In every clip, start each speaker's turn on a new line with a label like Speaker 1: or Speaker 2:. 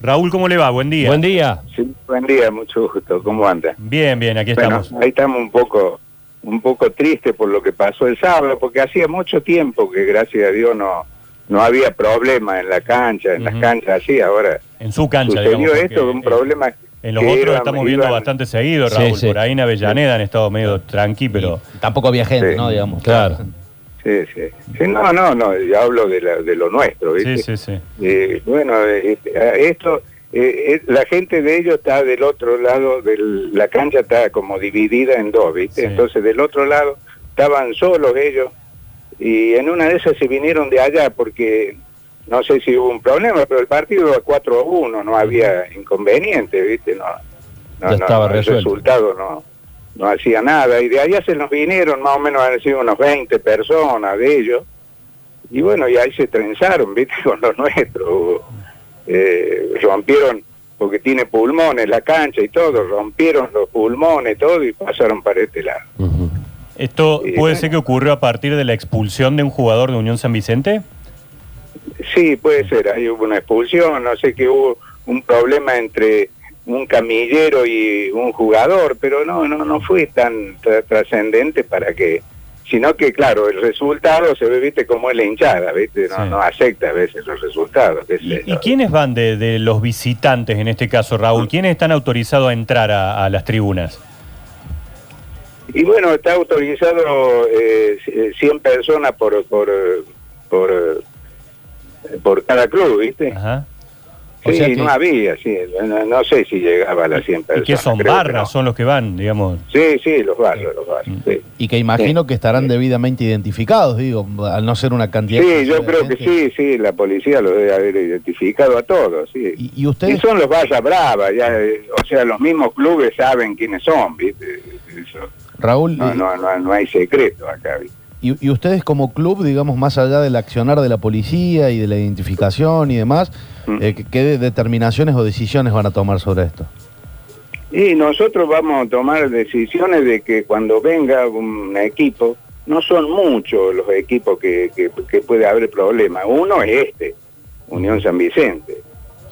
Speaker 1: Raúl, ¿cómo le va? Buen día.
Speaker 2: Buen día.
Speaker 3: Sí, buen día, mucho gusto. ¿Cómo anda?
Speaker 1: Bien, bien, aquí
Speaker 3: Bueno,
Speaker 1: estamos.
Speaker 3: ahí estamos un poco un poco tristes por lo que pasó el sábado, porque hacía mucho tiempo que, gracias a Dios, no no había problema en la cancha, en
Speaker 1: Ujú.
Speaker 3: las canchas así. Ahora
Speaker 1: En su cancha,
Speaker 3: sucedió
Speaker 1: digamos.
Speaker 3: esto,
Speaker 1: porque
Speaker 3: un problema.
Speaker 1: En los
Speaker 3: que
Speaker 1: otros
Speaker 3: iban-
Speaker 1: estamos viendo
Speaker 3: iban-
Speaker 1: bastante seguido,
Speaker 2: Sí,
Speaker 1: Raúl.
Speaker 2: sí.
Speaker 1: Por ahí en Avellaneda han estado medio tranqui, pero.
Speaker 2: Y tampoco había gente,
Speaker 3: Sí.
Speaker 2: ¿no? Digamos.
Speaker 1: Claro.
Speaker 3: Sí, sí. Sí, no, no, no, yo hablo de, la- de lo nuestro, ¿viste?
Speaker 1: Sí, sí, sí.
Speaker 3: Eh, bueno, eh, este, a esto, eh, eh, la gente de ellos está del otro lado, del, la cancha está como dividida en dos, ¿viste?
Speaker 1: Sí.
Speaker 3: Entonces del otro lado estaban solos ellos y en una de esas se vinieron de allá porque no sé si hubo un problema, pero el partido era 4 a 1, no había inconveniente, ¿viste? No, no,
Speaker 2: Ya
Speaker 3: no,
Speaker 2: estaba
Speaker 3: el
Speaker 2: resuelto.
Speaker 3: resultado no, no hacía nada y de allá se nos vinieron más o menos, han sido unos 20 personas de ellos. Y bueno, y ahí se trenzaron, ¿viste? Con los nuestros. Eh, rompieron, porque tiene pulmones la cancha y todo, rompieron los pulmones, todo, y pasaron para este lado.
Speaker 1: ¿Esto
Speaker 3: Sí,
Speaker 1: puede
Speaker 3: bueno.
Speaker 1: ser que ocurrió a partir de la expulsión de un jugador de Unión San Vicente?
Speaker 3: Sí, puede ser, ahí hubo una expulsión, no sé que hubo un problema entre un camillero y un jugador, pero no, no, no fue tan tra- trascendente para que, sino que claro, el resultado se ve, viste, como es la hinchada, viste, no,
Speaker 1: Sí.
Speaker 3: no acepta a veces los resultados. qué sé
Speaker 1: ¿Y, y
Speaker 3: yo.
Speaker 1: quiénes van de, de los visitantes en este caso, Raúl? ¿Quiénes están autorizados a entrar a, a las tribunas?
Speaker 3: Y bueno, está autorizado eh, c- eh, 100 personas por por eh, por, eh, por cada club, ¿viste?
Speaker 1: Ajá.
Speaker 2: O
Speaker 3: sí,
Speaker 2: sea que-
Speaker 3: no había, sí, no, no sé si llegaba a las 100
Speaker 1: ¿Y
Speaker 3: personas.
Speaker 1: qué son?
Speaker 3: creo que
Speaker 1: ¿Barras?
Speaker 3: no.
Speaker 1: Son los que van, digamos.
Speaker 3: Sí, sí, los barros, los barros. Sí,
Speaker 2: Y que imagino que estarán debidamente identificados, digo, al no ser una cantidad.
Speaker 3: Sí,
Speaker 2: excesiva
Speaker 3: yo
Speaker 2: de
Speaker 3: creo que
Speaker 2: gente.
Speaker 3: sí, sí, la policía los debe haber identificado a todos, sí.
Speaker 2: ¿Y, y
Speaker 3: Y
Speaker 2: ustedes?
Speaker 3: son los Barra Brava, ya, eh, o sea, los mismos clubes saben quiénes son, ¿viste? Eso,
Speaker 2: Raúl,
Speaker 3: no, no, no, no hay secreto acá, ¿viste?
Speaker 2: Y, y ustedes como club, digamos, más allá del accionar de la policía y de la identificación y demás,
Speaker 3: Mm.
Speaker 2: eh, ¿qué- ¿qué de- determinaciones o decisiones van a tomar sobre esto?
Speaker 3: Y nosotros vamos a tomar decisiones de que cuando venga un equipo, no son muchos los equipos que, que- que puede haber problemas. Uno es este, Unión San Vicente.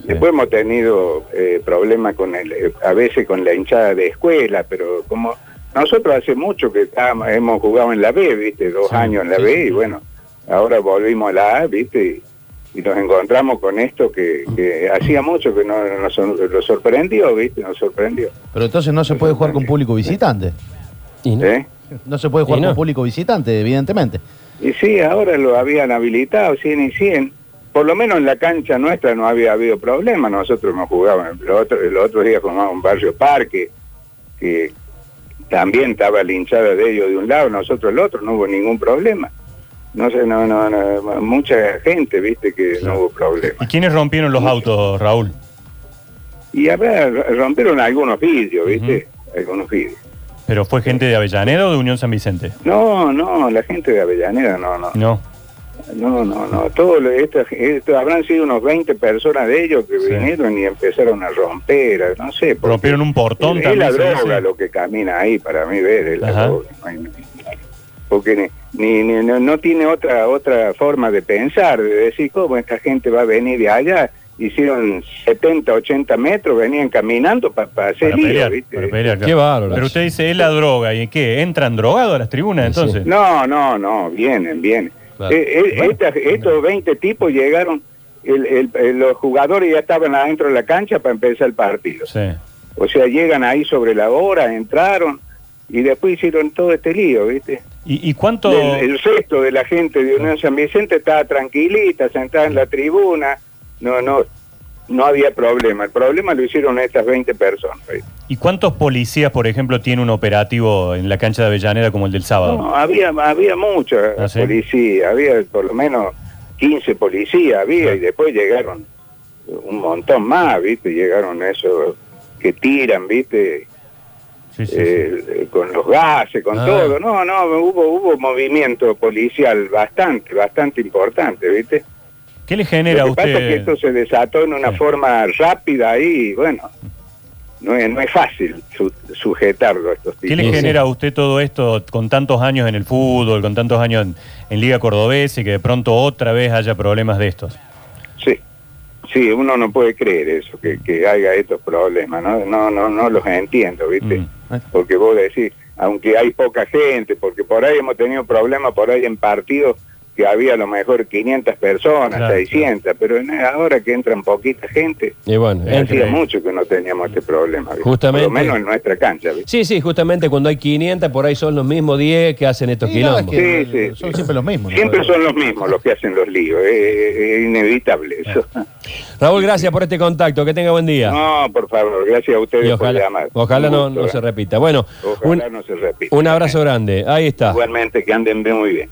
Speaker 3: Después hemos tenido eh, problemas con el, eh, a veces con la hinchada de escuela, pero como nosotros hace mucho que estábamos- hemos jugado en la B, viste, dos
Speaker 2: Sí,
Speaker 3: años en la
Speaker 2: sí,
Speaker 3: B
Speaker 2: sí.
Speaker 3: y bueno, ahora volvimos a la A, viste, y, y nos encontramos con esto que, que hacía mucho que no, nos sor- nos sorprendió, viste, nos sorprendió.
Speaker 2: Pero entonces no se puede jugar con público visitante.
Speaker 4: Y no.
Speaker 3: ¿eh?
Speaker 2: No se puede jugar
Speaker 4: Y no.
Speaker 2: con público visitante, evidentemente.
Speaker 3: Y sí, ahora lo habían habilitado 100 y 100. Por lo menos en la cancha nuestra no había habido problema. Nosotros hemos jugado, en- los otros los otros días jugamos en Barrio Parque, que también estaba linchada de ellos de un lado, nosotros el otro, no hubo ningún problema. No sé, no, no, no, mucha gente, viste, que no hubo problema.
Speaker 1: ¿Y quiénes rompieron los autos, Raúl?
Speaker 3: Y habrá, rompieron algunos vidrios, viste, algunos vidrios.
Speaker 1: ¿Pero fue gente de Avellaneda o de Unión San Vicente?
Speaker 3: No, no, la gente de Avellaneda, no, no.
Speaker 1: No.
Speaker 3: No, no, no. Todo lo- esto, esto- habrán sido unos 20 personas de ellos que
Speaker 1: Sí.
Speaker 3: vinieron y empezaron a romper, no sé. porque
Speaker 1: ¿Rompieron un portón
Speaker 3: es, es
Speaker 1: también?
Speaker 3: la
Speaker 1: se
Speaker 3: droga
Speaker 1: dice?
Speaker 3: lo que camina ahí para mí ver, es la
Speaker 1: Ajá.
Speaker 3: droga, no hay- no hay- Porque ni, ni- no, no tiene otra otra forma de pensar, de decir cómo esta gente va a venir de allá. Hicieron 70, 80 metros, venían caminando pa- pa hacer
Speaker 1: Para
Speaker 3: lío,
Speaker 1: pelear,
Speaker 3: ¿viste?
Speaker 1: para pelear, claro.
Speaker 4: Qué bárbaro.
Speaker 1: Pero usted dice, es la droga, ¿y qué? ¿Entran drogados a las tribunas
Speaker 2: Sí, sí.
Speaker 1: entonces?
Speaker 3: No, no, no, vienen, vienen.
Speaker 2: Claro.
Speaker 3: Eh, eh,
Speaker 1: Bueno.
Speaker 3: estas- estos 20 tipos llegaron, el- el- el- los jugadores ya estaban adentro de la cancha para empezar el partido.
Speaker 1: Sí.
Speaker 3: O sea, llegan ahí sobre la hora, entraron y después hicieron todo este lío, ¿viste?
Speaker 1: ¿Y, y cuánto...?
Speaker 3: El, el resto de la gente de Unión San Vicente estaba tranquilita, sentada en la tribuna, no, no, no había problema. El problema lo hicieron estas 20 personas. ¿viste?
Speaker 1: ¿Y cuántos policías, por ejemplo, tiene un operativo en la cancha de Avellaneda como el del sábado?
Speaker 3: No, había, había mucha
Speaker 1: ¿Ah, sí?
Speaker 3: policía, había por lo menos 15 policías,
Speaker 1: Ah.
Speaker 3: había, y después llegaron un montón más, ¿viste? Llegaron esos que tiran, ¿viste?
Speaker 1: sí, sí, sí.
Speaker 3: Eh, eh, con los gases, con
Speaker 4: Ah.
Speaker 3: todo. No, no, hubo, hubo movimiento policial bastante, bastante importante, ¿viste?
Speaker 1: ¿Qué le genera
Speaker 3: Lo
Speaker 1: a
Speaker 3: que pasa es que
Speaker 1: usted?
Speaker 3: esto se desató en una
Speaker 1: Sí.
Speaker 3: forma rápida y, bueno, no es, no es fácil su- sujetarlo a estos tipos.
Speaker 1: ¿Qué le
Speaker 4: Sí, sí.
Speaker 1: genera a usted todo esto con tantos años en el fútbol, con tantos años en, en Liga Cordobesa y que de pronto otra vez haya problemas de estos?
Speaker 3: Sí, sí, uno no puede creer eso, que, que haya estos problemas, ¿no? No, no, no los entiendo, ¿viste?
Speaker 1: Mm.
Speaker 3: Porque vos decís, aunque hay poca gente, porque por ahí hemos tenido problemas, por ahí en partidos que había a lo mejor 500 personas,
Speaker 1: Claro,
Speaker 3: 600, pero en- ahora que entran poquita gente,
Speaker 4: Y bueno, es
Speaker 3: hacía
Speaker 4: increíble.
Speaker 3: mucho que no teníamos este problema, ¿viste?
Speaker 4: Justamente.
Speaker 3: por lo menos en nuestra cancha, ¿viste?
Speaker 4: Sí, sí, justamente cuando hay 500, por ahí son los mismos 10 que hacen estos
Speaker 2: Y no, es
Speaker 4: quilombos.
Speaker 2: que
Speaker 3: Sí, sí,
Speaker 2: son
Speaker 3: sí.
Speaker 2: siempre los mismos. ¿no?
Speaker 3: Siempre son los mismos los que hacen los líos, es, es inevitable eso.
Speaker 4: Raúl, gracias por este contacto, que tenga buen día.
Speaker 3: No, por favor, gracias a
Speaker 4: y
Speaker 3: ustedes por
Speaker 4: ojalá
Speaker 3: llamar.
Speaker 4: ojalá
Speaker 3: Un
Speaker 4: no,
Speaker 3: gusto,
Speaker 4: no
Speaker 3: ¿eh?
Speaker 4: se repita. Bueno,
Speaker 3: Ojalá
Speaker 4: un, Ah.
Speaker 3: no se repita.
Speaker 4: un abrazo grande, ahí está.
Speaker 3: Igualmente, que anden bien muy bien.